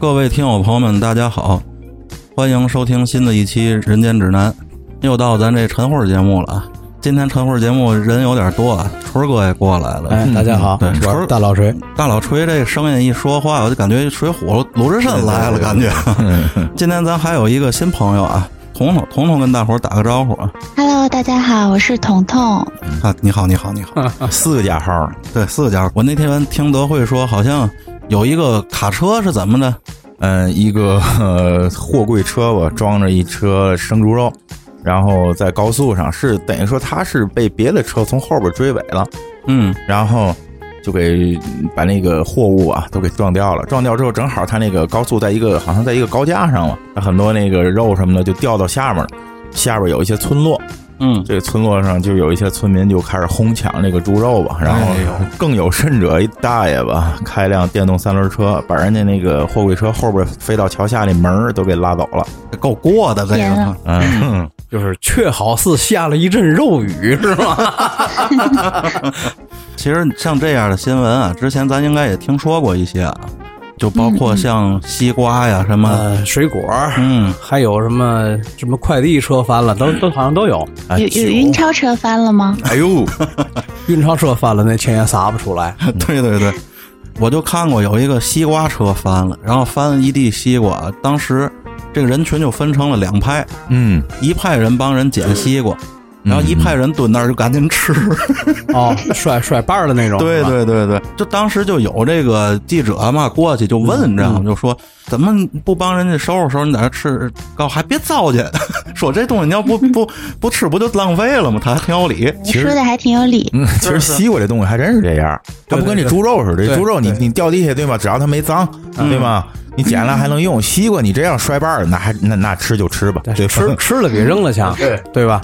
各位听友朋友们，大家好，欢迎收听新的一期《人间指南》，又到咱这晨会儿节目了。啊。今天晨会儿节目人有点多，啊，锤儿哥也过来了。哎，嗯大家好，对我锤儿是大老锤，大老锤这声音一说话，我就感觉水浒鲁智深来了，感觉。今天咱还有一个新朋友啊，彤彤，彤彤跟大伙儿打个招呼啊！ Hello，大家好，我是彤彤。啊，你好，你好，你好。啊四个加号，对，四个角。我那天听德惠说，好像有一个卡车是怎么的？嗯，一个、呃、货柜车吧，装着一车生猪肉，然后在高速上是等于说他是被别的车从后边追尾了，嗯，然后就给把那个货物啊都给撞掉了。撞掉之后，正好他那个高速在一个好像在一个高架上嘛，那很多那个肉什么的就掉到下面了。下边有一些村落，嗯，这个村落上就有一些村民就开始哄抢这个猪肉吧，然后哎呦更有甚者，一大爷吧开辆电动三轮车，把人家那个货柜车后边飞到桥下那门儿都给拉走了。这够过的这嗯天个啊。嗯，就是却好似下了一阵肉雨，是吗？其实像这样的新闻啊，之前咱应该也听说过一些啊，就包括像西瓜呀什么，呃，水果，嗯，还有什么什么快递车翻了，都都好像都有，啊有有晕酒超车翻了吗？哎呦，运钞车翻了，那钱也撒不出 来。 对对对，我就看过有一个西瓜车翻了，然后翻了一地西瓜，当时这个人群就分成了两派，嗯，一派人帮人捡西瓜。然后一派人蹲那儿就赶紧吃，哦，甩甩把儿的那种，对是吧，对对对，就当时就有这个记者嘛过去就问，你知道嗯吗？就说怎么不帮人家收拾收拾，你在这吃，告还别糟践， 说这东西你要不 不不吃不就浪费了吗？他还挺有理，你说的还挺有理。嗯，其实西瓜这东西还真是这样，它不跟这猪肉似的，这对嗯猪肉你你掉地下对吗？只要它没脏，对吗？你捡了还能用。西瓜你这样摔把儿，那还那那吃就吃吧，但对是吧吃吃了给扔了去，对对吧？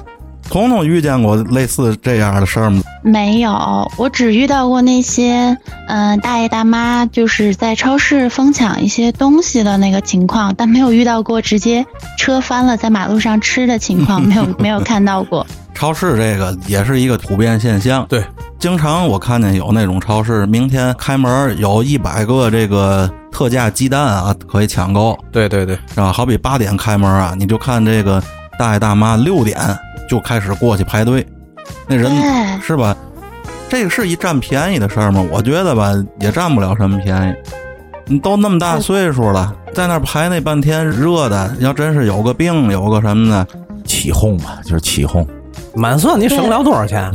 彤彤遇见过类似这样的事儿吗？没有，我只遇到过那些嗯、呃大爷大妈就是在超市疯抢一些东西的那个情况，但没有遇到过直接车翻了在马路上吃的情况，没 有没有看到过。超市这个也是一个普遍现象，对，经常我看见有那种超市，明天开门有一百个这个特价鸡蛋啊，可以抢购，对对对，是吧？啊好比八点开门啊，你就看这个大爷大妈六点就开始过去排队，那人对是吧？这个是一占便宜的事儿吗？我觉得吧，也占不了什么便宜。你都那么大岁数了，在那儿排那半天，热的，要真是有个病，有个什么的，起哄嘛，就是起哄。满算你省不了多少钱，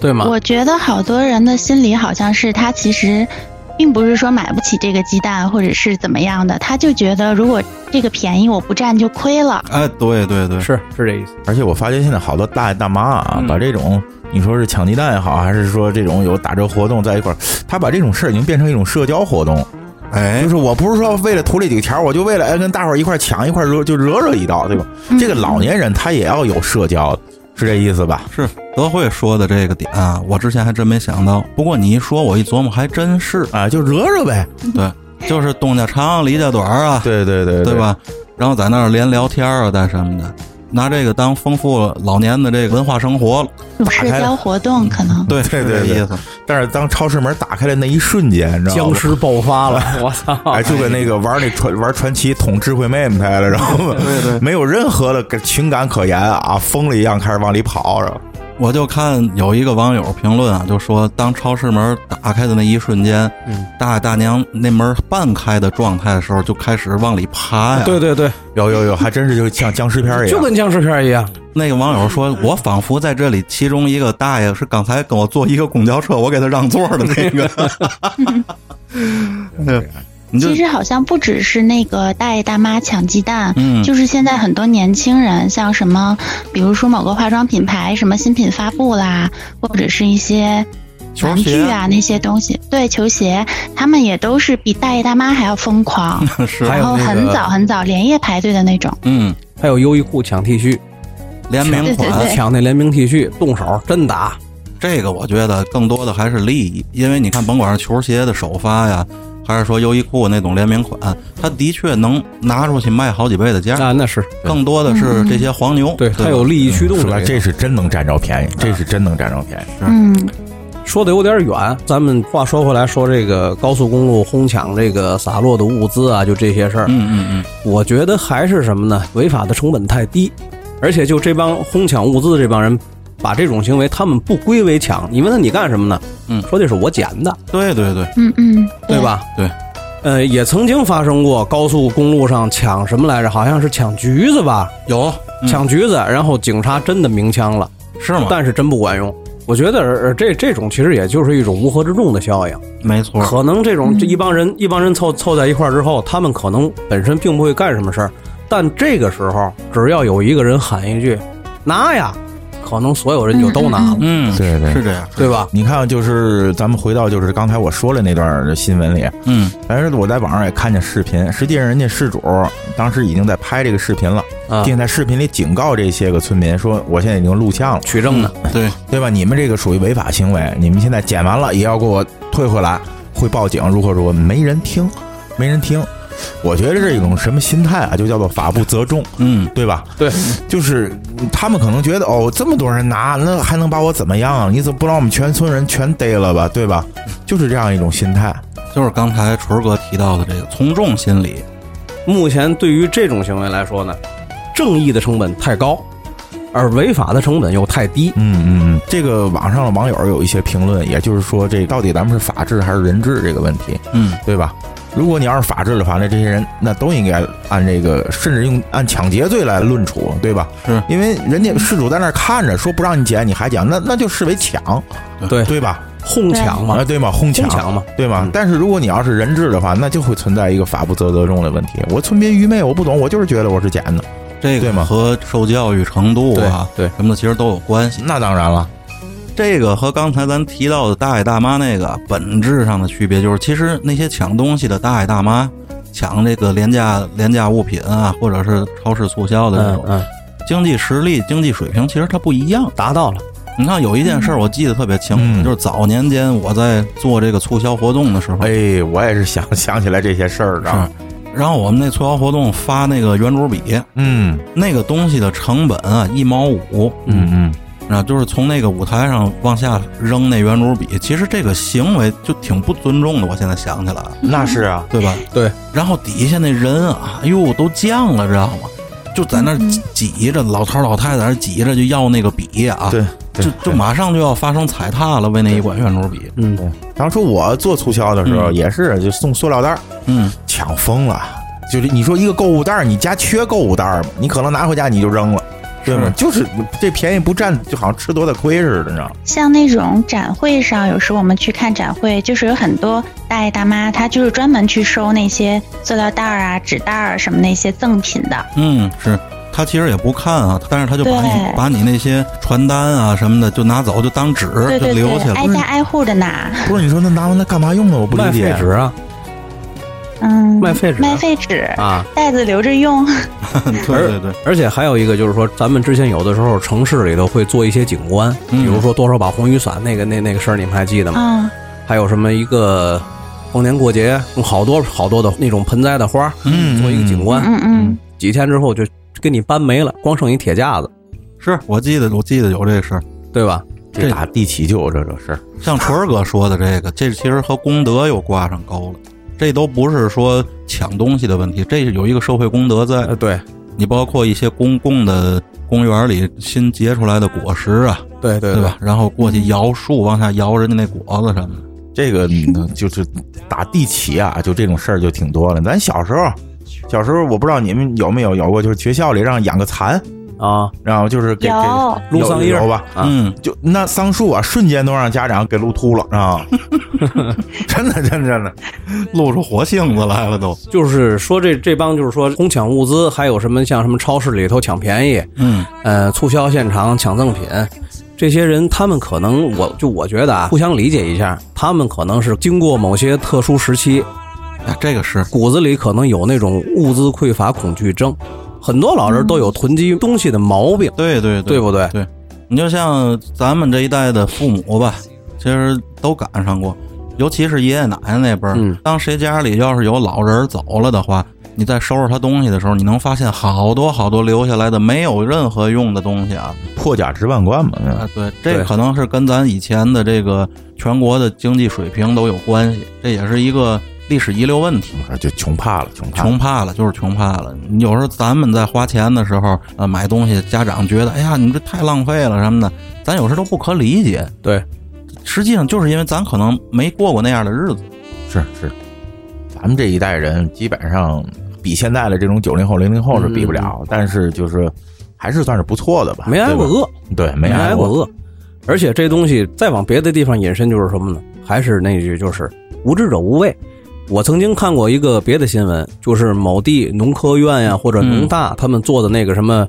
对吗？我觉得好多人的心理好像是他其实。并不是说买不起这个鸡蛋，或者是怎么样的，他就觉得如果这个便宜我不占就亏了。哎，对对对，是是这意思，而且我发现现在好多大爷大妈啊嗯，把这种你说是抢鸡蛋也好，还是说这种有打折活动在一块儿，他把这种事儿已经变成一种社交活动。哎就，是我不是说为了图这几个钱儿，我就为了哎跟大伙儿一块儿抢一块儿惹就惹惹一道，对吧？这个老年人他也要有社交，是这意思吧？，是德惠说的这个点啊，我之前还真没想到。不过你一说，我一琢磨，还真是啊，就惹惹呗。对，就是东家长，李家短儿啊，对对对对？吧？然后在那儿连聊天啊，带什么的，拿这个当丰富老年的这个文化生活了。这种社交活嗯动可能。对，对是对这对意思。但是当超市门打开的那一瞬间，你知道僵吗？尸爆发了， 我操！哎，就跟那个玩那传玩传奇捅智慧妹妹来了，然后对对没有任何的情感可言啊，疯了一样开始往里跑，是吧？我就看有一个网友评论啊，就说当超市门打开的那一瞬间，嗯大爷大娘那门半开的状态的时候，就开始往里爬呀。 对，对对，有有有，还真是就像僵尸片儿一就样。跟僵尸片儿一样，那个网友说，我仿佛在这里，其中一个大爷是刚才跟我坐一个公交车，我给他让座的那个。对， 你就其实好像不只是那个大爷大妈抢鸡蛋，嗯就是现在很多年轻人，像什么，比如说某个化妆品牌什么新品发布啦，或者是一些球玩具鞋啊那些东西，对球鞋，他们也都是比大爷大妈还要疯狂， 是 还有然后那个很早很早连夜排队的那种。嗯，还有优衣库抢 T 恤，联名对对款哎对抢那联名 T 恤，动手真打。这个我觉得更多的还是利益，因为你看，甭管是球鞋的首发呀，还是说优衣库那种联名款，它的确能拿出去卖好几倍的哎价。啊，那是更多的是这些黄牛，对，它它有利益驱动说白的了，这这啊是真能占着便宜，这是真能占着便宜。嗯嗯，个说的有点远，咱们话说回来，说这个高速公路哄抢这个洒落的物资啊，就这些事儿。嗯嗯嗯，我觉得还是什么呢？违法的成本太低，而且就这帮哄抢物资的这帮人，把这种行为他们不归为抢，你问他你干什么呢？嗯说这是我捡的，对对对，嗯嗯，对？吧？对。呃，也曾经发生过高速公路上抢什么来着？好像是抢橘子吧，有嗯抢橘子，然后警察真的鸣枪了，是吗？但是真不管用。我觉得呃这这种其实也就是一种乌合之众的效应。没嗯错，可能这嗯种这一帮人一帮人凑凑在一块儿之后，他们可能本身并不会干什么事儿，但这个时候只要有一个人喊一句“拿呀”，可能所有人就都拿了，嗯，对对是这样，对吧？你看，就是咱们回到就是刚才我说了那段新闻里，嗯但是我在网上也看见视频，实际上人家事主当时已经在拍这个视频了，啊，并在视频里警告这些个村民说：“我现在已经录像了，取证嗯呢？嗯对，对吧？你们这个属于违法行为，你们现在剪完了也要给我退回来，会报警，如何如何？没人听，没人听。我觉得这是一种什么心态啊？就叫做法不责众，嗯对吧？对，就是他们可能觉得哦，这么多人拿，那还能把我怎么样？啊你怎么不让我们全村人全逮了吧？对吧？就是这样一种心态。就是刚才纯儿哥提到的这个从众心理，目前对于这种行为来说呢，正义的成本太高，而违法的成本又太低。嗯嗯嗯，这个网上的网友有一些评论，也就是说，这到底咱们是法治还是人治这个问题，嗯对吧？如果你要是法治的话，那这些人那都应该按这个，甚至用按抢劫罪来论处，对吧？是因为人家事主在那儿看着，说不让你捡，你还捡，那那就视为抢，对，对吧？哄抢嘛啊，，对吗？哄抢哄抢嘛，对吗？嗯但是如果你要是人治的话，那就会存在一个法不责责众的问题。我村民愚昧，我不懂，我就是觉得我是捡的，这对个吗和受教育程度啊，对对什么的其实都有关系。那当然了，这个和刚才咱提到的大爷大妈那个本质上的区别，就是其实那些抢东西的大爷大妈，抢这个廉价廉价物品啊，或者是超市促销的这嗯种，嗯，经济实力、经济水平其实它不一样。达到了，你看有一件事儿我记得特别清楚，嗯就是早年间我在做这个促销活动的时候，哎，我也是想想起来这些事儿的啊，然后我们那促销活动发那个圆珠笔，嗯那个东西的成本啊一毛五，嗯嗯。啊，就是从那个舞台上往下扔那圆珠笔，其实这个行为就挺不尊重的。我现在想起来了，那是啊，对吧？对。然后底下那人啊，哎呦，都犟了，知道吗？就在那儿嗯挤着，老头老太太在那儿挤着就要那个笔啊，对，就就马上就要发生踩踏了，为那一管圆珠笔，嗯，当初我做促销的时候嗯也是，就送塑料袋儿，嗯，抢疯了。就是你说一个购物袋儿，你家缺购物袋儿吗？你可能拿回家你就扔了，对吗是？就是这便宜不占，就好像吃多大亏似的，你知道吗？像那种展会上，有时候我们去看展会，就是有很多大爷大妈，她就是专门去收那些塑料袋儿啊、纸袋儿什么那些赠品的。嗯，是他其实也不看啊，但是他就把你对把你那些传单啊什么的就拿走，就当纸对就对留起对，来挨了。家挨户的拿，不是你说那拿完它干嘛用呢？我不理卖废解。纸啊嗯，卖废纸啊卖废纸，啊，袋子留着用，对对对，而且还有一个就是说，咱们之前有的时候城市里头会做一些景观，嗯比如说多少把红雨伞那个那那个事儿，你们还记得吗？嗯，还有什么一个逢年过节用好多好多的那种盆栽的花，嗯做一个景观，嗯嗯几天之后就给你搬没了，光剩一铁架子，是我记得我记得有这事儿。对吧？这打地起就有这这事儿。像纯儿哥说的这个，这其实和功德又挂上钩了。这都不是说抢东西的问题，这是有一个社会功德在呃，。对，你包括一些公共的公园里新结出来的果实啊，对对对？吧？然后过去摇树，往下摇人家那果子什么的。这 个嗯就是打地起啊，就这种事儿就挺多了。咱小时候，小时候我不知道你们有没有有过，就是学校里让养个蚕，啊，然后就是给给有撸桑叶儿有吧，啊嗯，就那桑树啊，瞬间都让家长给撸秃了 啊！真的，真的，真的，露出活性子来了都。就是说这这帮就是说哄抢物资，还有什么像什么超市里头抢便宜，嗯，呃，促销现场抢赠品，这些人他们可能，我就我觉得啊，互相理解一下，他们可能是经过某些特殊时期，啊，这个是骨子里可能有那种物资匮乏恐惧症，很多老人都有囤积东西的毛病，对对对对不对？对，你就像咱们这一代的父母吧，其实都赶上过，尤其是爷爷奶奶那辈儿。嗯当谁家里要是有老人走了的话，你在收拾他东西的时候，你能发现好多好多留下来的没有任何用的东西啊！破甲值万贯嘛，嗯啊，对，这对可能是跟咱以前的这个全国的经济水平都有关系，这也是一个历史遗留问题。啊就穷怕了，穷怕了。穷怕了就是穷怕了。有时候咱们在花钱的时候，呃，买东西，家长觉得，哎呀，你这太浪费了什么的，咱有时都不可理解。对，实际上就是因为咱可能没过过那样的日子。是是，咱们这一代人基本上比现在的这种九零后、零零后是比不了，但是就是还是算是不错的吧，嗯没挨过嗯对吧，饿，对，没没挨过过饿。而且这东西再往别的地方引申，就是什么呢？还是那句，就是无知者无畏。我曾经看过一个别的新闻，就是某地农科院呀、或者农嗯大、他们做的那个什么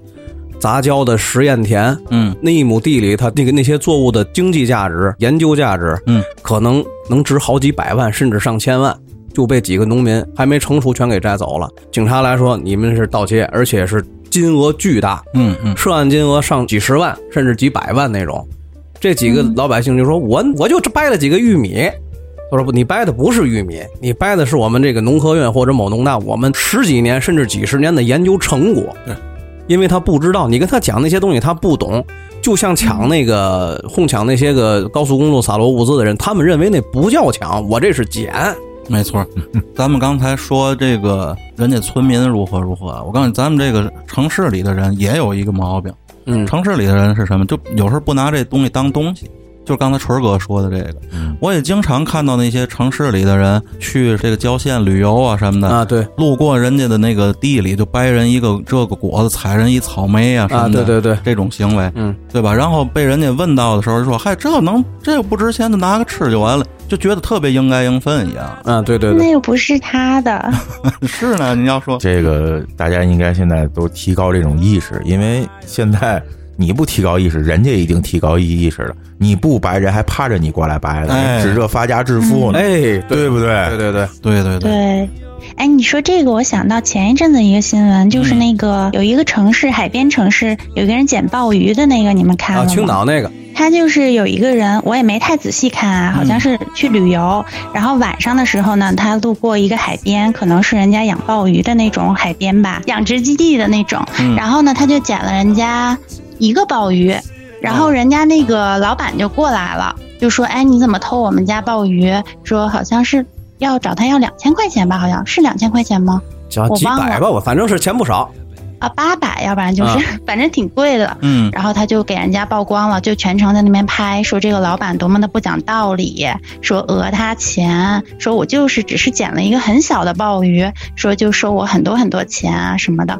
杂交的实验田，嗯那一亩地里，它那个那些作物的经济价值、研究价值，嗯，可能能值好几百万，甚至上千万，就被几个农民还没成熟全给摘走了。警察来说，你们是盗窃，而且是金额巨大，嗯嗯，涉案金额上几十万甚至几百万那种。这几个老百姓就说：“我我就掰了几个玉米。”他说：“不，你掰的不是玉米，你掰的是我们这个农科院或者某农大我们十几年甚至几十年的研究成果。”因为他不知道，你跟他讲那些东西他不懂，就像抢那个哄抢那些个高速公路撒罗物资的人，他们认为那不叫抢，我这是捡。没错。咱们刚才说这个人家村民如何如何，我告诉你，咱们这个城市里的人也有一个毛病。嗯，城市里的人是什么？就有时候不拿这东西当东西。就是刚才纯儿哥说的这个，我也经常看到那些城市里的人去这个郊县旅游啊什么的啊，对路过人家的那个地里，就掰人一个这个果子，踩人一草莓啊什啊，么的，对对对，这种行为，嗯，对吧？然后被人家问到的时候说：“嗨，这能这又不值钱的，拿个吃就完了。”就觉得特别应该应分一样。 啊，对对对那，又不是他的，是呢，你要说，这个大家应该现在都提高这种意识，因为现在你不提高意识，人家已经提高意意识了。你不白，人还趴着你过来白了，哎指着发家致富呢，哎，对对不对？对对对，对对对，对。哎，你说这个，我想到前一阵子一个新闻，就是嗯那个有一个城市，海边城市，有一个人捡鲍鱼的那个，你们看了啊，吗？青岛那个，他就是有一个人，我也没太仔细看啊，好像是去旅游，然后晚上的时候呢，他路过一个海边，可能是人家养鲍鱼的那种海边吧，养殖基地的那种，嗯然后呢，他就捡了人家一个鲍鱼，然后人家那个老板就过来了，就说：“哎，你怎么偷我们家鲍鱼？”说好像是要找他要两千块钱吧，好像是两千块钱吗？讲我几忘百了吧，我反正是钱不少。啊，八百，要不然就是、啊反正挺贵的。嗯然后他就给人家曝光了，就全程在那边拍，说这个老板多么的不讲道理，说讹他钱，说我就是只是捡了一个很小的鲍鱼，说就收我很多很多钱啊什么的。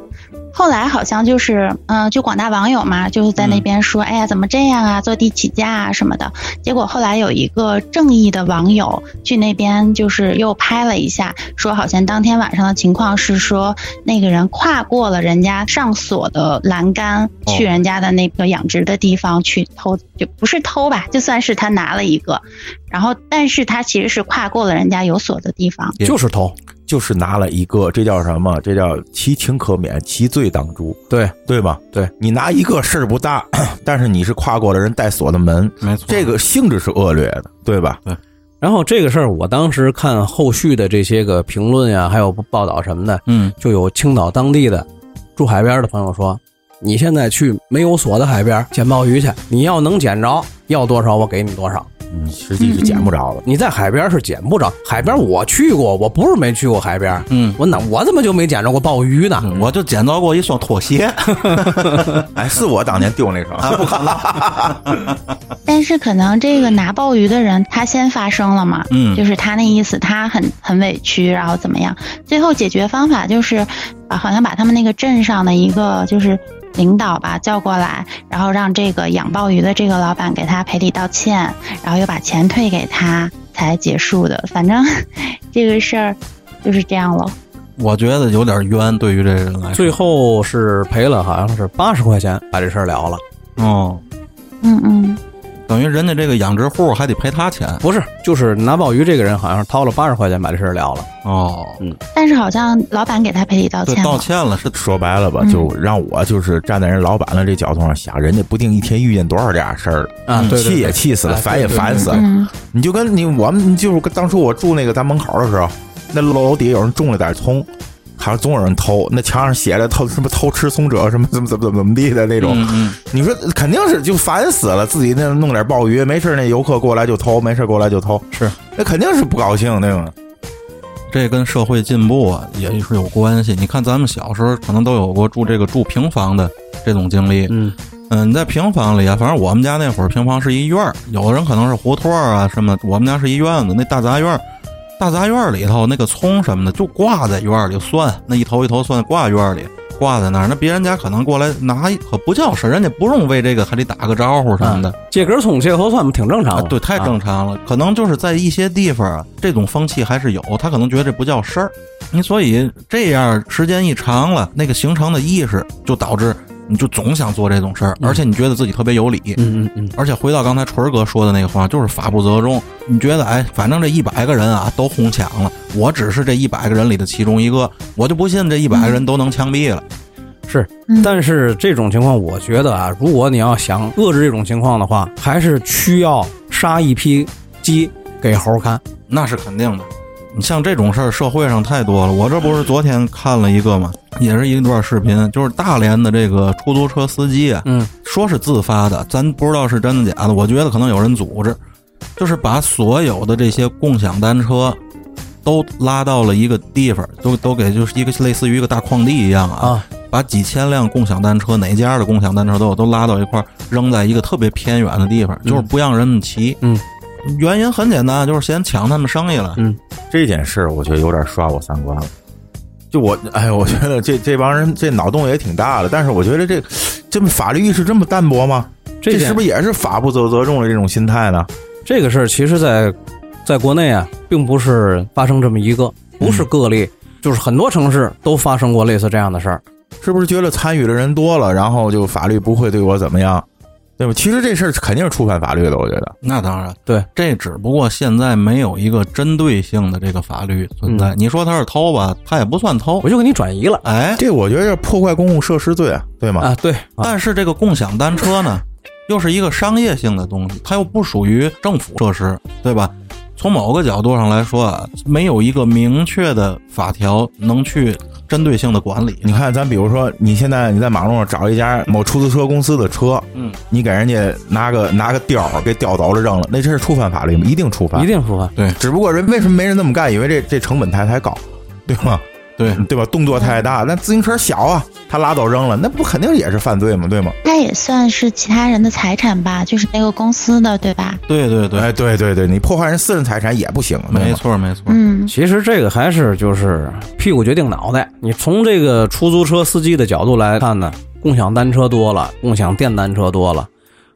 后来好像就是，嗯、就广大网友嘛，就是在那边说，哎呀，怎么这样啊，坐地起价啊什么的。结果后来有一个正义的网友去那边，就是又拍了一下，说好像当天晚上的情况是说，那个人跨过了人家上锁的栏杆，哦去人家的那个养殖的地方去偷，就不是偷吧，就算是他拿了一个，然后但是他其实是跨过了人家有锁的地方。也就是偷，就是拿了一个，这叫什么？这叫其情可免，其罪当诛，对对吧？对你拿一个事儿不大， 但是你是跨过了人带锁的门，没错，这个性质是恶劣的，对吧？然后这个事儿，我当时看后续的这些个评论呀，还有报道什么的，嗯就有青岛当地的住海边的朋友说：“你现在去没有锁的海边捡鲍鱼去，你要能捡着，要多少我给你多少。嗯，实际是捡不着的。你在海边是捡不着，海边我去过，我不是没去过海边，嗯，我哪我怎么就没捡着过鲍鱼呢？我就捡到过一双拖鞋，哎，是我当年丢那双，啊不可能。但是可能这个拿鲍鱼的人他先发声了嘛，嗯就是他那意思，他很很委屈，然后怎么样？最后解决方法就是，啊，好像把他们那个镇上的一个就是领导吧叫过来，然后让这个养鲍鱼的这个老板给他赔礼道歉，然后又把钱退给他，才结束的。反正这个事儿就是这 样了。 我觉得有点冤，对于这人来说最，后是赔了，好像是八十块钱把这事儿了了。哦，嗯嗯，等于人家这个养殖户还得赔他钱，不是，就是拿鲍鱼这个人好像是掏了八十块钱把这事儿了了。哦，但是好像老板给他赔礼道对，歉道了。歉了是说白了吧，嗯就让我就是站在人老板的这角度上想，人家不定一天遇见多少这样事儿，啊对对对气也气死了，哎烦也对对烦死了。嗯，你就跟你我们就是跟当初我住那个咱门口的时候，那楼底下有人种了点葱，还总有人偷，那墙上写着偷什么偷吃松者什么怎么怎么怎么怎么地的那种，嗯你说肯定是就烦死了，自己那弄点鲍鱼，没事那游客过来就偷，没事过来就偷，是那肯定是不高兴，对吗？这跟社会进步啊也是有关系。你看咱们小时候可能都有过住这个住平房的这种经历，嗯嗯，你在平房里啊，反正我们家那会儿平房是一院儿，有的人可能是胡同儿啊什么的，我们家是一院子，那大杂院儿，大杂院儿里头那个葱什么的就挂在院儿里蒜，那一头一头蒜挂院儿里，挂在那儿，那别人家可能过来拿一可不叫事儿，人家不用为这个还得打个招呼什么的，借根葱借口蒜不挺正常啊吗？对，太啊正常了。可能就是在一些地方啊，这种风气还是有，他可能觉得这不叫事儿。你所以这样时间一长了，那个形成的意识就导致你就总想做这种事儿，而且你觉得自己特别有理。嗯嗯嗯，而且回到刚才锤儿哥说的那个话，就是法不责众。你觉得，哎，反正这一百个人啊都哄抢了，我只是这一百个人里的其中一个，我就不信这一百个嗯人都能枪毙了。是嗯。但是这种情况，我觉得啊，如果你要想遏制这种情况的话，还是需要杀一批鸡给猴看。那是肯定的。你像这种事儿，社会上太多了。我这不是昨天看了一个嘛，也是一段视频，就是大连的这个出租车司机啊，嗯，说是自发的，咱不知道是真的假的。我觉得可能有人组织，就是把所有的这些共享单车都拉到了一个地方，都都给就是一个类似于一个大矿地一样啊，啊把几千辆共享单车，哪家的共享单车都有，都拉到一块儿，扔在一个特别偏远的地方，就是不让人们骑。嗯，原因很简单，就是嫌抢他们生意了。这件事儿我觉得有点刷我三观了。就我，哎，我觉得这这帮人这脑洞也挺大的，但是我觉得这这法律意识这么淡薄吗？这是件不是也是法不责责众的这种心态呢？这个事儿，其实在在国内啊，并不是发生这么一个，不嗯是个例，就是很多城市都发生过类似这样的事儿。是不是觉得参与的人多了，然后就法律不会对我怎么样，对吧？其实这事儿肯定是触犯法律的，我觉得。那当然，对，这只不过现在没有一个针对性的这个法律存在。你说他是偷吧，他也不算偷嗯我。就给你转移了哎，这我觉得是破坏公共设施罪，对吗？啊，对啊，但是这个共享单车呢，又是一个商业性的东西，它又不属于政府设施，对吧？从某个角度上来说啊，没有一个明确的法条能去针对性的管理。你看，咱比如说，你现在你在马路上找一家某出租车公司的车，嗯，你给人家拿个拿个吊儿给吊倒了扔了，那这是触犯法律吗？一定触犯，一。定不犯。只不过人为什么没人这么干？因为这这成本太太高，对吗？对，对吧？动作太大，那自行车小啊，他拉倒扔了，那不肯定也是犯罪吗？对吗？它也算是其他人的财产吧，就是那个公司的，对吧？对对对，哎，对对对，你破坏人私人财产也不行，对吗没。错没错。嗯，其实这个还是就是屁股决定脑袋。你从这个出租车司机的角度来看呢，共享单车多了，共享电单车多了，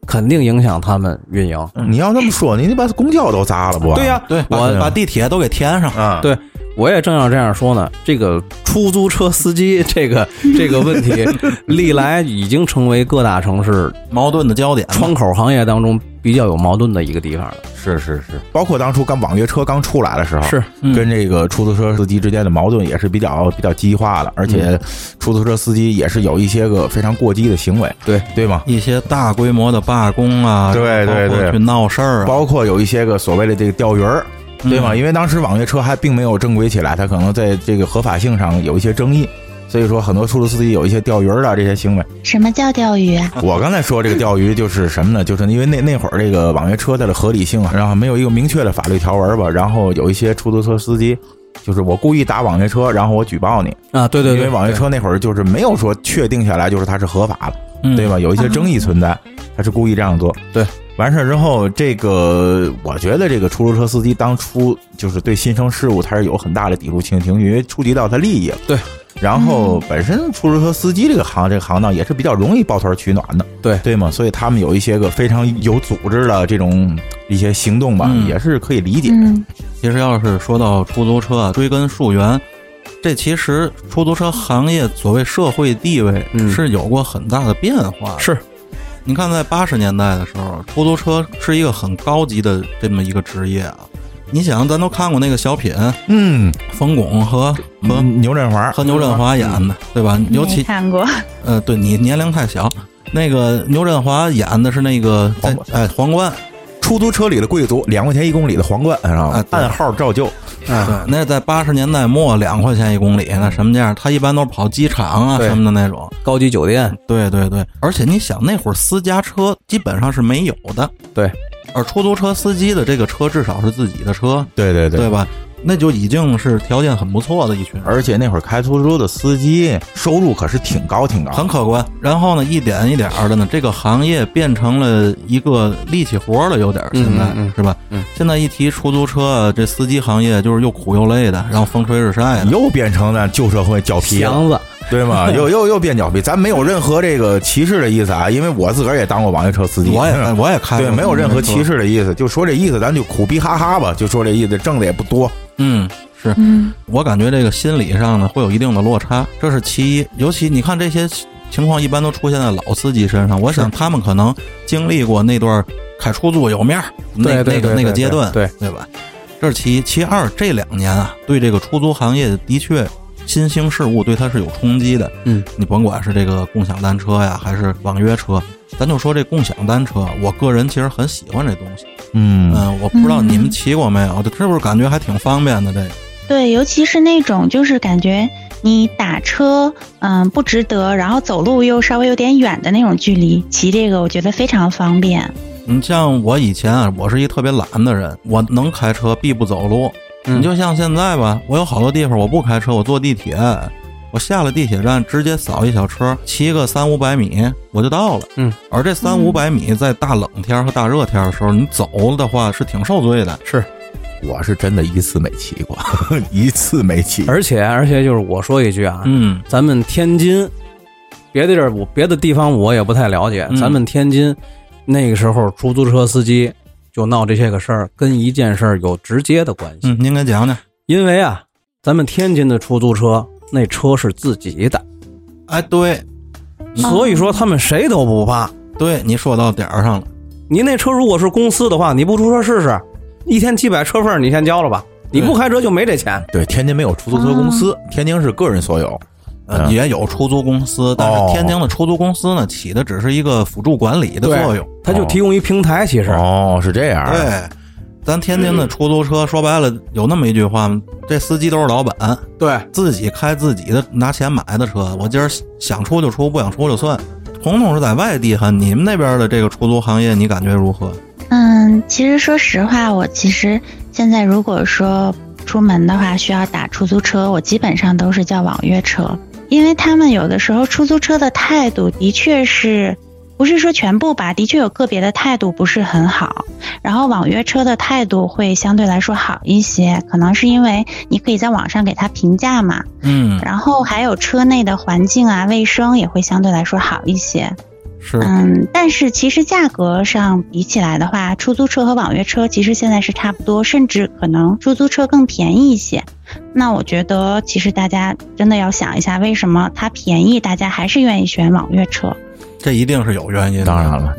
肯定影响他们运营。嗯你要这么说，你得把公交都砸了不？对呀、对，把我把地铁都给填上。啊，对，我也正要这样说呢。这个出租车司机这个这个问题，历来已经成为各大城市矛盾的焦点嘛。窗口行业当中比较有矛盾的一个地方了。是是是，包括当初刚网约车刚出来的时候，是嗯跟这个出租车司机之间的矛盾也是比较比较激化的，而且出租车司机也是有一些个非常过激的行为，对对吗？一些大规模的罢工啊，对对包括对去闹事儿啊，包括有一些个所谓的这个钓鱼儿，对吗？嗯因为当时网约车还并没有正规起来，它可能在这个合法性上有一些争议。所以说，很多出租司机有一些钓鱼儿的这些行为。什么叫钓鱼啊？我刚才说这个钓鱼就是什么呢？就是因为那那会儿这个网约车它的合理性啊，然后没有一个明确的法律条文吧，然后有一些出租车司机。就是我故意打网约车，然后我举报你，啊，对对因对，为网约车那会儿就是没有说确定下来就是它是合法的，嗯对？吧？有一些争议存在，他是故意这样做。对，完事儿之后，这个我觉得这个出租车司机当初就是对新生事物他是有很大的抵触情绪，因为触及到他利益了。对，然后本身出租车司机这个行这个行当也是比较容易抱团取暖的，对对吗？所以他们有一些个非常有组织的这种一些行动吧，嗯也是可以理解。嗯，其实要是说到出租车啊，追根溯源，这其实出租车行业所谓社会地位嗯是有过很大的变化。是你看，在八十年代的时候，出租车是一个很高级的这么一个职业啊。你想，咱都看过那个小品，嗯，冯巩和和、嗯牛振华和牛振华演的，对吧？尤其没看过，呃，对你年龄太小。那个牛振华演的是那个皇冠哎皇冠，出租车里的贵族，两块钱一公里的皇冠，知道啊吗？对暗号照旧，对，啊那在八十年代末两块钱一公里，那什么价？他一般都是跑机场啊对什么的那种。高级酒店，对对对，而且你想那会儿私家车基本上是没有的，对，而出租车司机的这个车至少是自己的车，对对对对吧？那就已经是条件很不错的一群人，而且那会儿开出租车的司机收入可是挺高挺高啊的，很可观。然后呢，一点一点儿的呢，这个行业变成了一个力气活儿了，有点儿现在、嗯嗯是吧？嗯现在一提出租车，这司机行业就是又苦又累的，然后风吹日晒的。又变成咱旧社会脚皮了，祥子，对 吗？又又又变脚皮，咱没有任何这个歧视的意思啊，因为我自个儿也当过网约车司机，我也哎我也开过， 嗯对，没有任何歧视。视的意思，就说这意思，咱就苦逼哈哈吧，就说这意思，挣的也不多，嗯，是嗯， 我感觉这个心理上呢会有一定的落差，这是其一。尤其你看这些情况，一般都出现在老司机身上。我想他们可能经历过那段开出租有面儿那对对那个对那个对阶段，对对吧？这是其一。其二，这两年啊，对这个出租行业的确新兴事物对它是有冲击的。嗯，你甭管是这个共享单车呀，还是网约车，咱就说这共享单车，我个人其实很喜欢这东西。嗯，嗯，我不知道你们骑过没有，这是不是感觉还挺方便的？这个。对，尤其是那种就是感觉你打车，嗯，不值得，然后走路又稍微有点远的那种距离，骑这个我觉得非常方便。你像我以前啊，我是一特别懒的人，我能开车必不走路。嗯你就像现在吧，我有好多地方我不开车，我坐地铁，我下了地铁站直接扫一小车，骑个三五百米我就到了。嗯，而这三五百米在大冷天儿和大热天儿的时候，你走了的话是挺受罪的。是，我是真的一次没骑过， 一次没骑，而且而且就是我说一句啊，嗯，咱们天津，别的地儿我别的地方我也不太了解，嗯咱们天津那个时候出租车司机就闹这些个事儿，跟一件事儿有直接的关系，嗯，您给讲讲。因为啊，咱们天津的出租车那车是自己的，哎，对嗯所以说他们谁都不怕。对，你说到点儿上了。您那车如果是公司的话，你不出车试试，一天几百车费儿你先交了吧，你不开车就没这钱。对，天津没有出租车公啊司，天津是个人所有，呃，嗯也有出租公司，但哦是天津的出租公司呢，起的只是一个辅助管理的对作用。它就提供一平台，其实、哦，是这样，对，咱天津嗯的出租车说白了有那么一句话吗？这司机都是老板，对，自己开自己的，拿钱买的车。我今儿想出就出，不想出就算。彤彤是在外地哈，你们那边的这个出租行业，你感觉如何？嗯，其实说实话，我其实现在如果说出门的话需要打出租车，我基本上都是叫网约车，因为他们有的时候出租车的态度的确是。不是说全部吧，的确有个别的态度不是很好，然后网约车的态度会相对来说好一些，可能是因为你可以在网上给他评价嘛，嗯，然后还有车内的环境啊、卫生也会相对来说好一些。是嗯，但是其实价格上比起来的话，出租车和网约车其实现在是差不多，甚至可能出租车更便宜一些。那我觉得，其实大家真的要想一下，为什么它便宜，大家还是愿意选网约车？这一定是有原因的。当然了，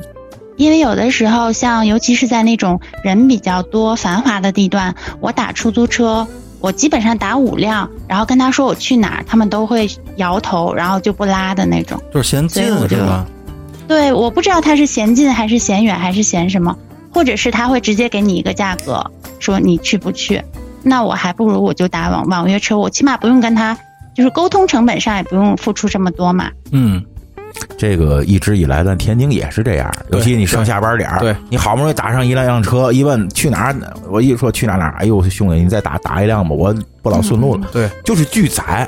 因为有的时候，像尤其是在那种人比较多、繁华的地段，我打出租车，我基本上打五辆，然后跟他说我去哪儿，他们都会摇头，然后就不拉的那种。就是嫌近所以是我觉得吧？对，我不知道他是嫌近还是嫌远还是嫌什么，或者是他会直接给你一个价格，说你去不去。那我还不如我就打网网约车，我起码不用跟他，就是沟通成本上也不用付出这么多嘛。嗯，这个一直以来咱天津也是这样，对尤其你上下班点儿，对你好不容易打上一辆车，一问去哪儿，我一说去哪儿哪儿，哎呦兄弟，你再打打一辆吧，我不老顺路了，嗯对，就是拒载，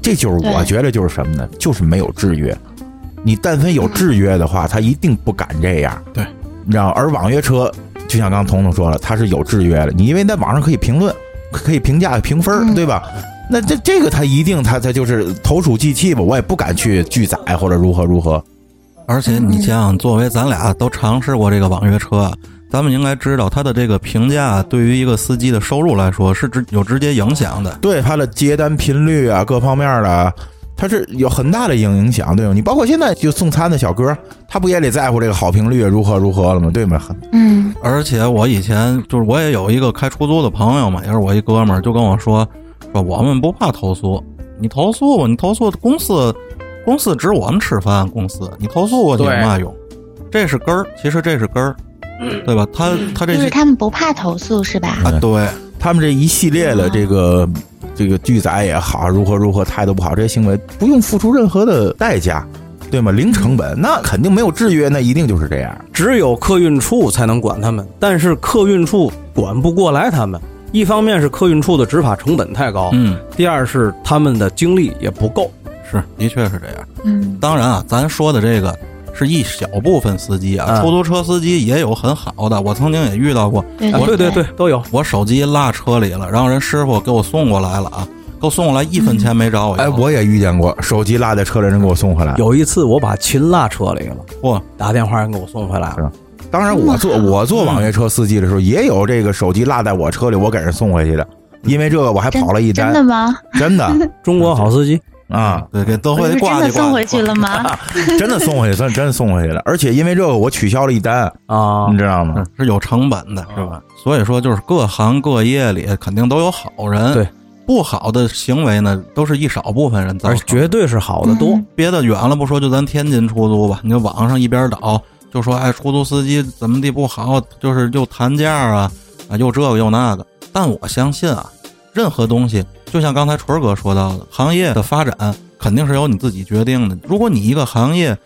这就是我对觉得就是什么呢？就是没有制约，你但凡有制约的话，他一定不敢这样，对，你知道，而网约车就像刚刚彤彤说了，它是有制约的，你因为在网上可以评论，可以评价评分儿，嗯对吧？那这这个他一定他他就是投鼠忌器吧，我也不敢去拒载或者如何如何。而且你想想，作为咱俩都尝试过这个网约车啊，咱们应该知道它的这个评价对于一个司机的收入来说是直有直接影响的。对它的接单频率啊，各方面的啊，它是有很大的影影响，对吗？你包括现在就送餐的小哥，他不也得在乎这个好评率如何如何了吗？对吗？很嗯，而且我以前就是我也有一个开出租的朋友嘛，也是我一哥们儿，就跟我说说我们不怕投诉，你投诉吧，你投诉公司，公司指我们吃饭，公司你投诉我你有对嘛用？这是根儿，其实这是根儿，对吧？他他这就是些他们不怕投诉是吧？啊，对，他们这一系列的这个这个拒载也好，如何如何态度不好这些行为，不用付出任何的代价，对吗？零成本，那肯定没有制约，那一定就是这样。只有客运处才能管他们，但是客运处管不过来他们。一方面是客运处的执法成本太高，嗯，第二是他们的精力也不够。是，的确是这样。嗯，当然啊，咱说的这个是一小部分司机啊，嗯出租车司机也有很好的，我曾经也遇到过，嗯对啊，对对对，都有。我手机落车里了，然后人师傅给我送过来了啊，给我送过来一分钱没找我要。哎，我也遇见过，手机落在车里，人给我送回来。有一次我把琴落车里了，嚯，打电话人给我送回来嗯了。当然，我坐我坐网约车司机的时候，也有这个手机落在我车里，我给人送回去的。因为这个，我还真跑了一真单的，吗？真的中国好司机，啊，对，给德我惠是真挂的去送回去了。了吗？真的送回去，真真送回去了。而且因为这个，我取消了一单，啊你，知道吗？嗯是有成本的，是吧？所以说，就是各行各业里肯定都有好人，对不好的行为呢，都是一少部分人造而成且的。绝对是好的多嗯。别的远了不说，就咱天津出租吧，你就网上一边倒，就说哎，出租司机怎么地不好，就是又谈价啊，啊又这个又那个。但我相信啊，任何东西，就像刚才纯儿哥说到的，行业的发展肯定是由你自己决定的。如果你一个行业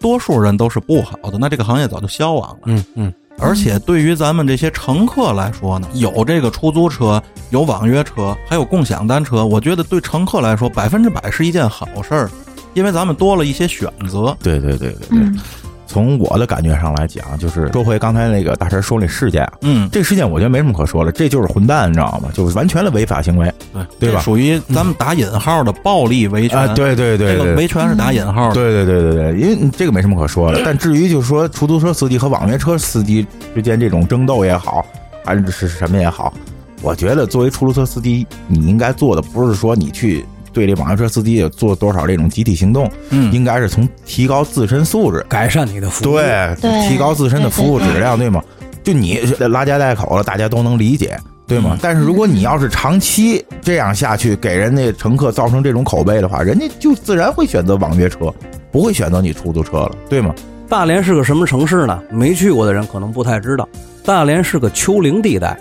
多数人都是不好的，那这个行业早就消亡了。嗯嗯，而且对于咱们这些乘客来说嗯呢，有这个出租车，有网约车，还有共享单车，我觉得对乘客来说，百分之百是一件好事儿，因为咱们多了一些选择。对对对对对。嗯，从我的感觉上来讲，就是说回刚才那个大神说那事件啊，嗯，这事件我觉得没什么可说了，这就是混蛋，你知道吗？就是完全的违法行为对这吧属于咱们打引号的暴力维权。啊！对对对这对个维权是打引号的。对对对对对，因为你这个没什么可说的。但至于就是说，出租车司机和网约车司机之间这种争斗也好，还是是什么也好，我觉得作为出租车司机，你应该做的不是说你去对这网约车司机做多少这种集体行动，嗯，应该是从提高自身素质，改善你的服务。，对，对提高自身的服务质量，对吗？就你拉家带口了，大家都能理解，对吗嗯？但是如果你要是长期这样下去，给人家乘客造成这种口碑的话，人家就自然会选择网约车，不会选择你出租车了，对吗？大连是个什么城市呢？没去过的人可能不太知道，大连是个丘陵地带，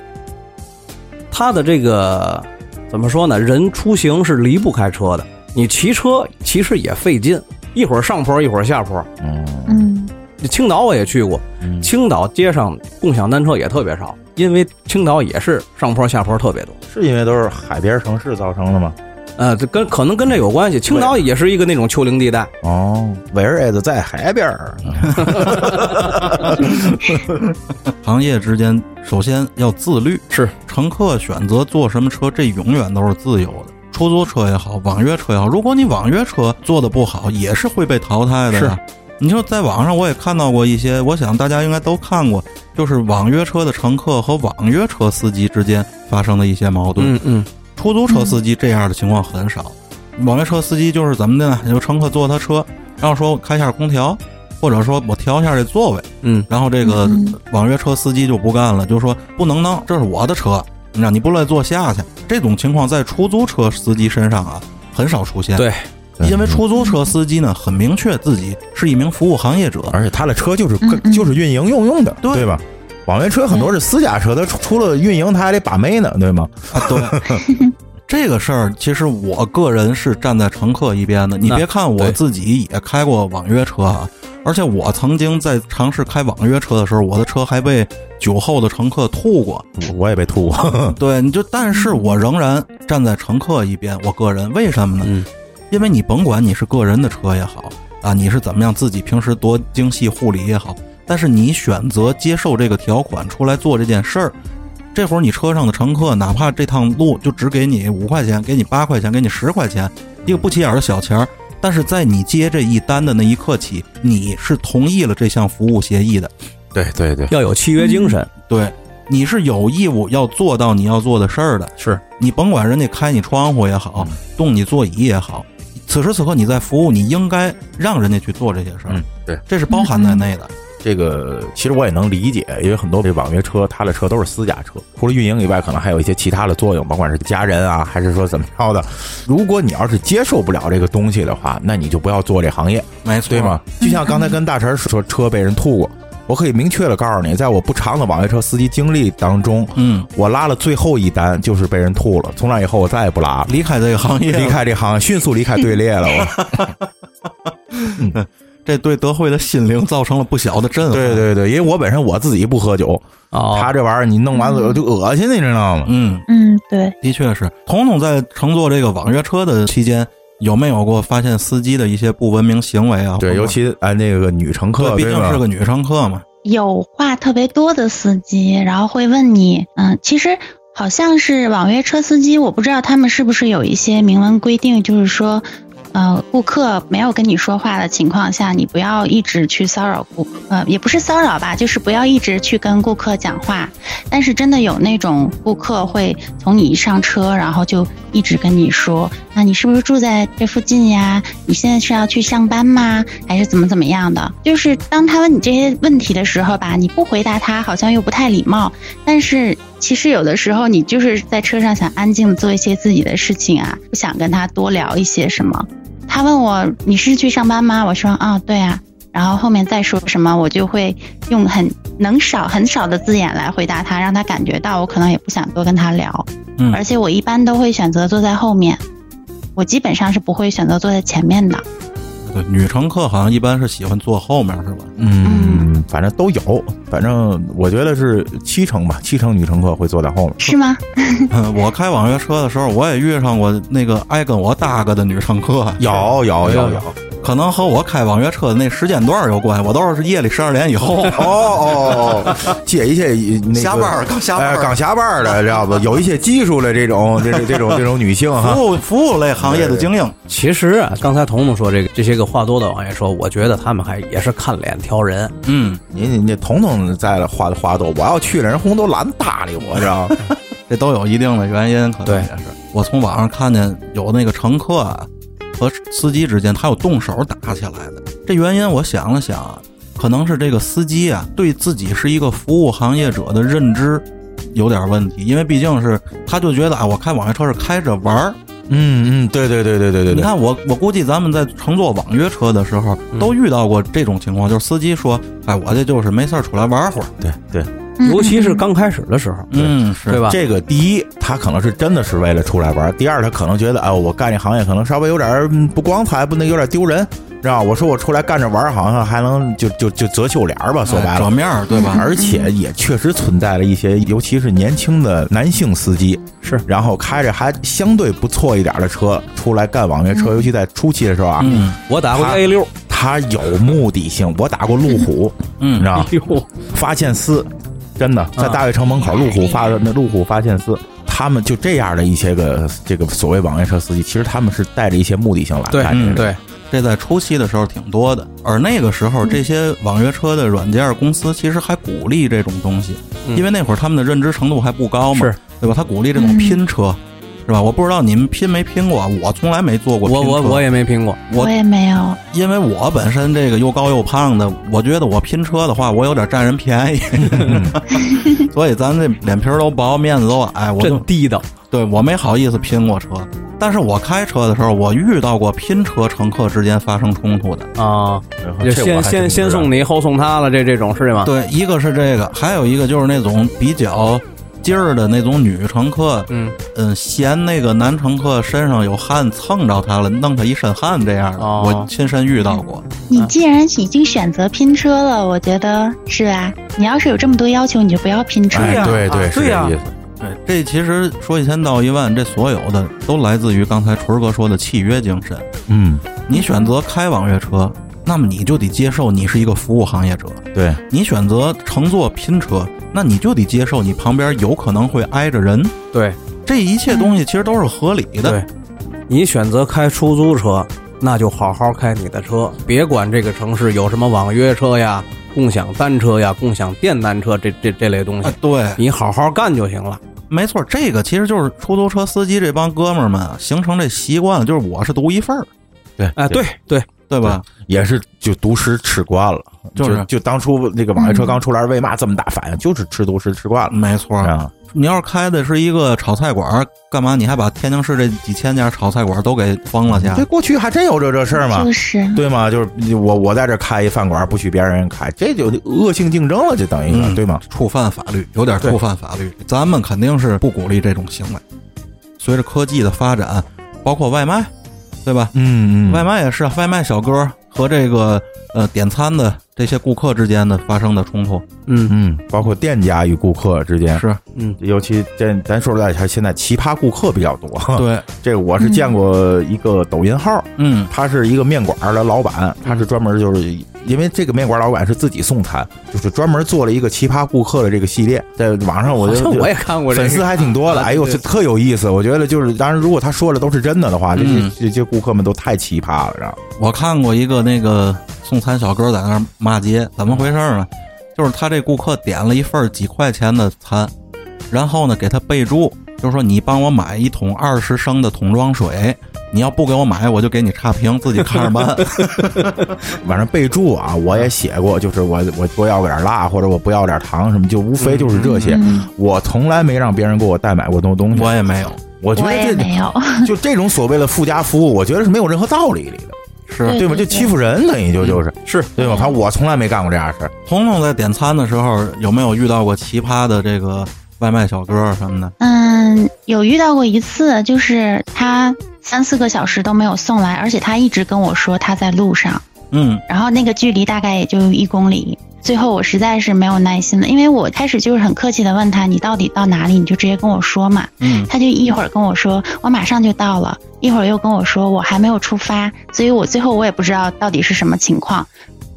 它的这个怎么说呢？人出行是离不开车的，你骑车其实也费劲，一会儿上坡，一会儿下坡。嗯，嗯，青岛我也去过，青岛街上共享单车也特别少，因为青岛也是上坡下坡特别多。是因为都是海边城市造成的吗？呃，这跟可能跟这有关系。青岛也是一个那种丘陵地带，哦，维尔艾子在海边儿，行业之间首先要自律，是乘客选择坐什么车，这永远都是自由的。出租车也好，网约车也好，如果你网约车做的不好，也是会被淘汰的呀。你说在网上我也看到过一些，我想大家应该都看过，就是网约车的乘客和网约车司机之间发生的一些矛盾。嗯嗯，出租车司机这样的情况很少，网约车司机就是怎么的呢？有乘客坐他车，然后说我开一下空调，或者说我调一下这座位，嗯，然后这个嗯网约车司机就不干了，就说不能当，这是我的车，你让你不来坐下去。这种情况在出租车司机身上啊很少出现，对，因为出租车司机呢很明确自己是一名服务行业者， 而且他的车就是嗯嗯就是运营用用的，对对吧？嗯网约车很多是私家车，他除了运营，他还得把妹呢，对吗？啊，对。 这个事儿，其实我个人是站在乘客一边的。你那别看我对自己也开过网约车啊，而且我曾经在尝试开网约车的时候，我的车还被酒后的乘客吐过。我我也被吐过，嗯对，你就，但是我仍然站在乘客一边。我个人为什么呢？嗯因为你甭管你是个人的车也好啊，你是怎么样自己平时多精细护理也好，但是你选择接受这个条款出来做这件事儿，这会儿你车上的乘客，哪怕这趟路就只给你五块钱，给你八块钱，给你十块钱，一个不起眼儿的小钱儿。但是在你接这一单的那一刻起，你是同意了这项服务协议的，对对对，要有契约精神。对，你是有义务要做到你要做的事儿的。是你甭管人家开你窗户也好，嗯动你座椅也好，此时此刻你在服务，你应该让人家去做这些事儿，嗯，对。这是包含在内的。这个其实我也能理解，因为很多这网约车，它的车都是私家车，除了运营以外，可能还有一些其他的作用，甭管是家人啊，还是说怎么着的。如果你要是接受不了这个东西的话，那你就不要做这行业，没错，对吗？？就像刚才跟大陈说，车被人吐过，我可以明确的告诉你，在我不长的网约车司机经历当中，嗯，我拉了最后一单就是被人吐了。从那以后，我再也不拉 了，离开这个行业，离，开这行，迅速离开队列了。我，这对德惠的心灵造成了不小的震撼。对，对对，因为我本身我自己不喝酒，哦，他这玩意儿你弄完了就恶心，你知道吗？嗯，嗯，对，的确是。彤彤在乘坐这个网约车的期间，有没有过发现司机的一些不文明行为啊？或对，者尤其哎那个女乘对客，毕对吧竟是个女乘客嘛。有话特别多的司机，然后会问你，嗯，其实好像是网约车司机，我不知道他们是不是有一些明文规定，就是说，呃，顾客没有跟你说话的情况下，你不要一直去骚扰顾，呃，也不是骚扰吧，就是不要一直去跟顾客讲话。但是真的有那种顾客会从你一上车，然后就一直跟你说，啊，你是不是住在这附近呀？你现在是要去上班吗？还是怎么怎么样的？就是当他问你这些问题的时候吧，你不回答他好像又不太礼貌，但是其实有的时候你就是在车上想安静的做一些自己的事情啊，不想跟他多聊一些什么。他问我你是去上班吗？我说啊、对啊。然后后面再说什么，我就会用很能少很少的字眼来回答他，让他感觉到我可能也不想多跟他聊。嗯而且我一般都会选择坐在后面，我基本上是不会选择坐在前面的。对，女乘客好像一般是喜欢坐后面，是吧？嗯，反正都有，反正我觉得是七成吧，七成女乘客会坐在后面。是吗？嗯， 我开网约车的时候，我也遇上过那个爱跟我搭个的女乘客，有有有有，可能和我开网约车的那时间段儿有关系。我都是夜里十二点以后哦哦 哦，借一些那个下班儿刚下班哎儿，刚下班儿的，知道吧？有一些技术的这种这这这种这种女性哈，服务服务类行业的精英，其实啊，刚才彤彤说这个这些个话多的网约车，我觉得他们还也是看脸挑人。嗯，你你你彤彤在了花花朵，我要去了，人红都懒得搭理我，知道吗？这都有一定的原因，可能对也是。我从网上看见有那个乘客啊和司机之间他有动手打起来的，这原因我想了想啊，可能是这个司机啊对自己是一个服务行业者的认知有点问题，因为毕竟是他就觉得啊，我开网约车是开着玩儿。 嗯嗯，对对对对对对你对，看我，我估计咱们在乘坐网约车的时候嗯都遇到过这种情况，就是司机说：“哎，我这就是没事儿出来玩会儿。对对，嗯尤其是嗯刚开始的时候，”嗯，是对吧？这个第一，他可能是真的是为了出来玩儿；第二，他可能觉得，哎，我干这行业可能稍微有点儿嗯不光彩，不能有点儿丢人，知道吧？我说我出来干着玩儿，好像还能就就就折袖帘儿吧，说白哎了折。面儿，对嗯吧？而且也确实存在了一些，尤其是年轻的男性司机，是然后开着还相对不错一点儿的车出来干网约车，尤其在初期的时候啊，嗯我打过他啊 A 六，他有目的性。我打过路虎，你知嗯，道吗？哎呦，发现司，真的在大悦城门口，路虎发的那路虎发现司，他们就这样的一些个这个所谓网约车司机，其实他们是带着一些目的性来对干这嗯个。对，这在初期的时候挺多的，而那个时候这些网约车的软件公司其实还鼓励这种东西，嗯因为那会儿他们的认知程度还不高嘛，是对吧？他鼓励这种拼车。是吧？我不知道你们拼没拼过，我从来没做过拼我车。我我也没拼过，我我也没有，因为我本身这个又高又胖的，我觉得我拼车的话，我有点占人便宜， 所以咱这脸皮儿都薄，面子都矮，我就真地道。对我没好意思拼过车。但是我开车的时候，我遇到过拼车乘客之间发生冲突的。啊，这就我还真先先不先知道送你，后送他了，这这种是吗？对，一个是这个，还有一个就是那种比较劲儿的那种女乘客，嗯，嗯，嫌那个男乘客身上有汗蹭着他了，弄他一身汗这样的，哦我亲身遇到过。你啊既然已经选择拼车了，我觉得是吧？你要是有这么多要求，你就不要拼车。对哎呀对对啊是对这呀意思。对，这其实说一千道一万，这所有的都来自于刚才纯儿哥说的契约精神。嗯，你选择开网约车，那么你就得接受你是一个服务行业者；对，你选择乘坐拼车，那你就得接受你旁边有可能会挨着人。对这一切东西其实都是合理的。对，你选择开出租车，那就好好开你的车，别管这个城市有什么网约车呀、共享单车呀、共享电单车这这这类东西哎啊，，对，你好好干就行了。没错，这个其实就是出租车司机这帮哥们儿们啊形成这习惯了，就是我是独一份儿。对，哎，对对，对吧？也是就独食吃惯了，就是就当初那个网约车刚出来，为嘛这么大反应？就是吃独食吃惯了没错，啊。你要是开的是一个炒菜馆儿，干嘛你还把天津市这几千家炒菜馆儿都给封了去？这过去还真有这这事儿吗？就是对吗？就是我我在这开一饭馆，不许别人开，这就恶性竞争了，就等于是、嗯对吗？触犯法律，有点触犯法律。咱们肯定是不鼓励这种行为。随着科技的发展，包括外卖，对吧？嗯外卖也是，外卖小哥和这个呃点餐的这些顾客之间的发生的冲突嗯嗯，包括店家与顾客之间，是嗯，尤其这咱说实在，还现在奇葩顾客比较多。对， 这个我是见过一个抖音号，嗯他是一个面馆的老板，他是专门就是因为这个面馆老板是自己送餐，就是专门做了一个奇葩顾客的这个系列，在网上我好就像 我也看过这个粉丝还挺多的，啊哎呦，对这特有意思。我觉得就是，当然如果他说的都是真的的话，这些嗯这些顾客们都太奇葩了，然后我看过一个那个送餐小哥在那儿骂街，怎么回事儿呢？就是他这顾客点了一份儿几块钱的餐，然后呢给他备注，就是说你帮我买一桶二十升的桶装水，你要不给我买，我就给你差评，自己看着办。反正备注啊，我也写过，就是我我多要点辣或者我不要点糖什么，就无非就是这些。嗯我从来没让别人给我代买过东东西，我也没有，我觉我得也没这有， 就这种所谓的附加服务，我觉得是没有任何道理里的，是对吧？就欺负人等于就就是嗯是对吧？反正我从来没干过这样的事儿。彤彤在点餐的时候有没有遇到过奇葩的这个外卖小哥什么的？嗯，有遇到过一次，就是他三四个小时都没有送来，而且他一直跟我说他在路上，嗯然后那个距离大概也就一公里。最后我实在是没有耐心了，因为我开始就是很客气的问他你到底到哪里，你就直接跟我说嘛。嗯，他就一会儿跟我说我马上就到了，一会儿又跟我说我还没有出发，所以我最后我也不知道到底是什么情况。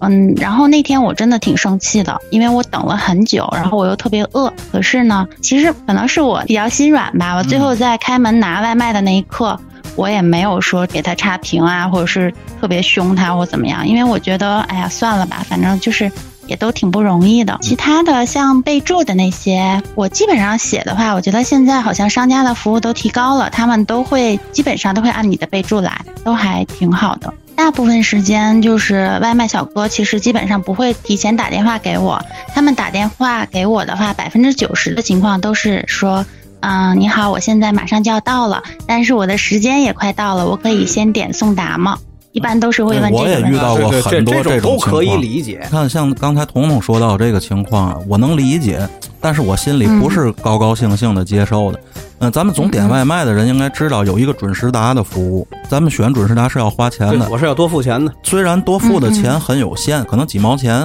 嗯，然后那天我真的挺生气的，因为我等了很久，然后我又特别饿。可是呢，其实可能是我比较心软吧，我最后在开门拿外卖的那一刻，我也没有说给他差评啊，或者是特别凶他或怎么样，因为我觉得，哎呀，算了吧，反正就是也都挺不容易的。其他的像备注的那些，我基本上写的话，我觉得现在好像商家的服务都提高了，他们都会基本上都会按你的备注来，都还挺好的。大部分时间就是呃外卖小哥，其实基本上不会提前打电话给我。他们打电话给我的话，百分之九十的情况都是说，嗯，你好，我现在马上就要到了，但是我的时间也快到了，我可以先点送达吗？一般都是会问嗯这我个也问题。遇到过对对很多这这种都可以情况理解你，看，像刚才彤彤说到这个情况啊，我能理解，但是我心里不是高高兴兴的接受的。嗯、咱们总点外卖的人应该知道有一个准时达的服务，咱们选准时达是要花钱对的，我是要多付钱的，虽然多付的钱很有限，可能几毛钱，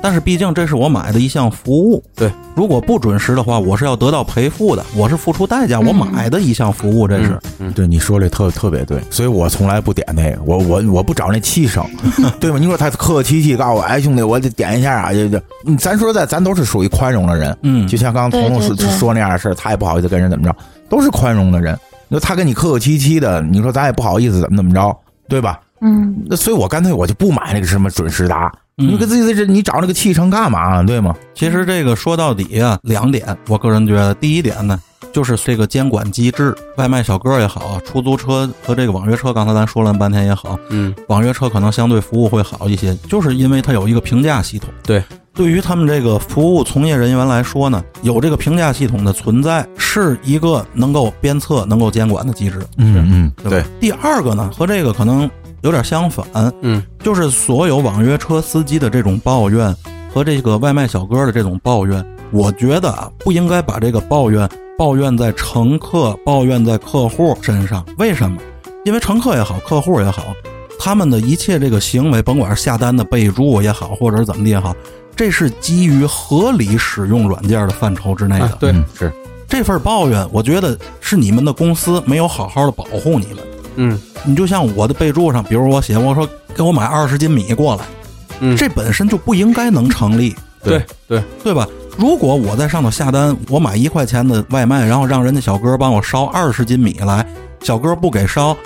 但是毕竟这是我买的一项服务。对，如果不准时的话，我是要得到赔付的，我是付出代价，我买的一项服务，这是。嗯对你说这特特别对，所以我从来不点那个，我我我不找那 气声，对吧？你说他客客气气告诉我，哎兄弟，我得点一下啊，这这，嗯咱说实在，咱都是属于宽容的人，嗯就像刚刚彤彤对说对对说那样的事儿，他也不好意思跟人怎么着，都是宽容的人。你说他跟你客客气气的，你说咱也不好意思怎么怎么着，对吧？嗯，那所以我干脆我就不买那个什么准时达，你嗯给自己这你找那个气声干嘛，啊对吗？其实这个说到底啊，两点，我个人觉得，第一点呢，就是这个监管机制，外卖小哥也好，出租车和这个网约车，刚才咱说了半天也好，嗯，网约车可能相对服务会好一些，就是因为它有一个评价系统。对，对于他们这个服务从业人员来说呢，有这个评价系统的存在，是一个能够鞭策、能够监管的机制。嗯嗯，对吧，第二个呢，和这个可能有点相反，嗯，就是所有网约车司机的这种抱怨和这个外卖小哥的这种抱怨，我觉得啊，不应该把这个抱怨抱怨在乘客、抱怨在客户身上。为什么？因为乘客也好，客户也好，他们的一切这个行为，甭管是下单的备注也好，或者是怎么的也好，这是基于合理使用软件的范畴之内的。啊对，嗯是这份抱怨，我觉得是你们的公司没有好好的保护你们。嗯，你就像我的备注上，比如我写我说给我买二十斤米过来，嗯这本身就不应该能成立，对对，对吧？如果我在上头下单，我买一块钱的外卖，然后让人家小哥帮我烧二十斤米来，小哥不给烧，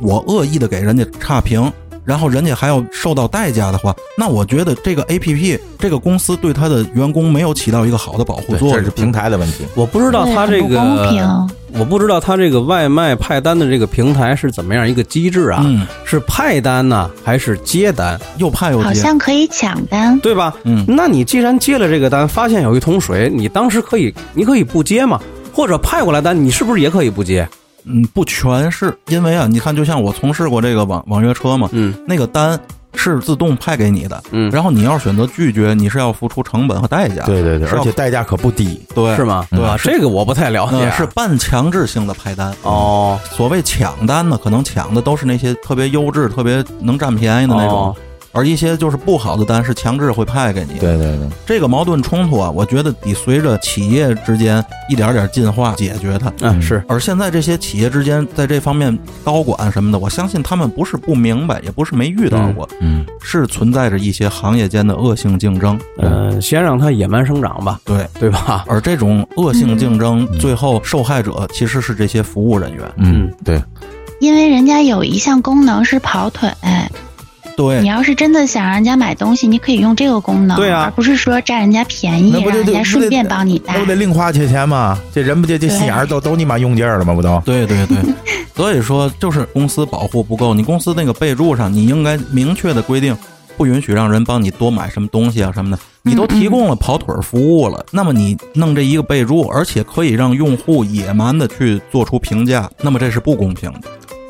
我恶意的给人家差评，然后人家还要受到代价的话，那我觉得这个 A P P 这个公司对他的员工没有起到一个好的保护对，作这用是。平台的问题。我不知道对他很这不个公平，我不知道它这个外卖派单的这个平台是怎么样一个机制啊？嗯，是派单呢、还是接单，又怕又好接，像可以抢单。对吧？嗯那你既然接了这个单，发现有一桶水，你当时可以，你可以不接嘛？或者派过来单，你是不是也可以不接？嗯，不全是因为啊，你看，就像我从事过这个网网约车嘛，嗯那个单是自动派给你的，嗯，然后你要是选择拒绝，你是要付出成本和代价，对对对，是要而且代价可不低。对是？吗？对啊，这个我不太了解呃，啊。是半强制性的派单。嗯哦所谓抢单呢，可能抢的都是那些特别优质、特别能占便宜的那种哦，而一些就是不好的单是强制会派给你。对对对，这个矛盾冲突啊，我觉得得随着企业之间一点点进化解决它。嗯、是而现在这些企业之间在这方面高管什么的，我相信他们不是不明白，也不是没遇到过，嗯，是存在着一些行业间的恶性竞争。嗯、呃先让它野蛮生长吧，对，对吧？而这种恶性竞争，最后受害者其实是这些服务人员。嗯，对，因为人家有一项功能是跑腿，你对，要是真的想让人家买东西，你可以用这个功能，对啊而不是说占人家便宜，那不让就人得家顺便帮你那带不。得零花钱钱吗？这人不这这对心眼儿都都你妈用劲儿了吗？不都？对对对， 所以说就是公司保护不够，你公司那个备注上你应该明确的规定，不允许让人帮你多买什么东西啊什么的。你都提供了跑腿儿服务了，那么你弄这一个备注，而且可以让用户野蛮的去做出评价，那么这是不公平的。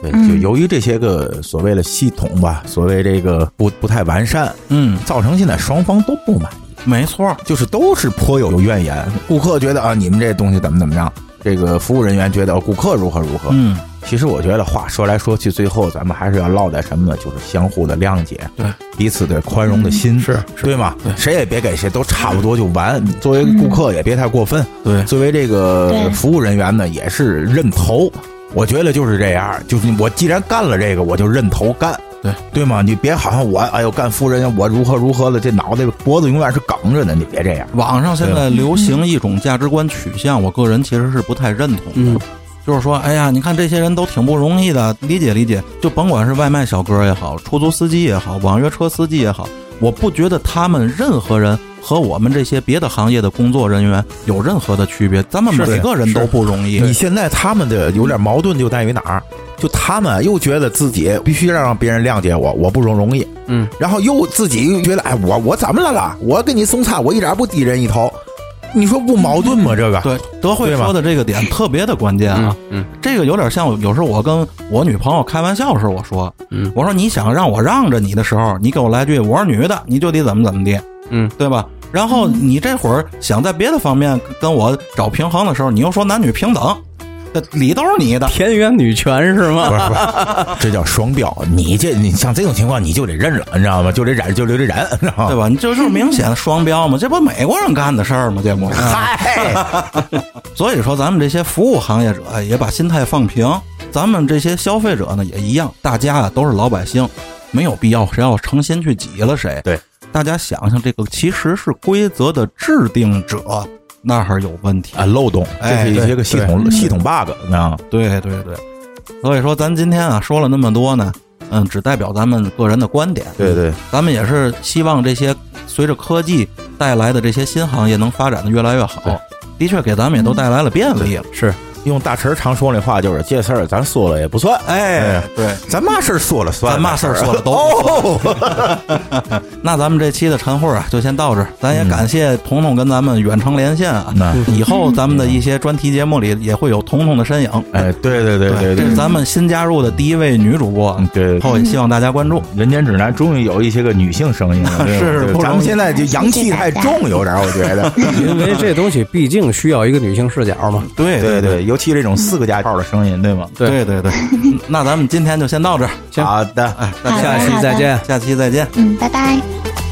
对，嗯就由于这些个所谓的系统吧，所谓这个不不太完善，嗯，造成现在双方都不满意，没错儿，就是都是颇有怨言。顾客觉得啊，你们这东西怎么怎么样，这个服务人员觉得哦顾客如何如何。嗯，其实我觉得话说来说去，最后咱们还是要落在什么呢？就是相互的谅解，对彼此的宽容的心，是对吗？谁也别给谁，都差不多就完。作为顾客也别太过分，对，作为这个对服务人员呢，也是认头。我觉得就是这样，就是我既然干了这个，我就认头干，对对吗？你别好像我哎呦干服务人员我如何如何了，这脑袋脖子永远是梗着的，你别这样。网上现在流行一种价值观取向，我个人其实是不太认同的。嗯就是说，哎呀，你看这些人都挺不容易的，理解理解。就甭管是外卖小哥也好，出租司机也好，网约车司机也好，我不觉得他们任何人和我们这些别的行业的工作人员有任何的区别。咱们是每个人都不容易。你现在他们的有点矛盾就在于哪儿？就他们又觉得自己必须要让别人谅解我，我不容容易，嗯，然后又自己又觉得哎，我我怎么了啦？我给你送餐，我一点不低人一头，你说不矛盾吗？这个嗯对，德惠对吧说的这个点特别的关键啊，嗯这个有点像有时候我跟我女朋友开玩笑时候我说，嗯我说你想让我让着你的时候，你给我来句我是女的，你就得怎么怎么地，嗯，对吧？然后你这会儿想在别的方面跟我找平衡的时候，你又说男女平等，这理都是你 的，田园女权是吗？不是不是，这叫双标。你这你像这种情况，你就得认了，你知道吗？就得忍，就得忍，你知道对吗？吧？你这就是明显的双标嘛，这不美国人干的事儿吗？这 不是。嗨，所以说，咱们这些服务行业者哎也把心态放平，咱们这些消费者呢也一样，大家啊都是老百姓，没有必要谁要诚心去挤了谁。对，大家想想，这个其实是规则的制定者那儿有问题。啊，漏洞，这哎是一对些个系统对系统 bug，你知嗯道吗？对对对，所以说咱今天啊说了那么多呢，嗯，只代表咱们个人的观点。对对，咱们也是希望这些随着科技带来的这些新行业能发展的越来越好对。的确，给咱们也都带来了便利了。是用大陈常说那话就是这事儿咱说了也不算，哎，对。咱嘛事儿啊说了算，咱嘛事儿说了都哦。 那咱们这期的晨会啊，就先到这儿。咱也感谢彤彤跟咱们远程连线啊，那以后咱们的一些专题节目里也会有彤彤的身影。哎，对对对对这对是，咱们新加入的第一位女主播啊，嗯对以后也希望大家关注。人间指南终于有一些个女性声音 了，对吧是对不容易咱们现在就阳气太重，有点儿我觉得。因为这东西毕竟需要一个女性视角嘛。对 对对对，尤其这种四个加号的声音，对吗？对对对，嗯那咱们今天就先到这儿，行好的，哎，好大的家下期再见。下期再见。嗯，拜拜。拜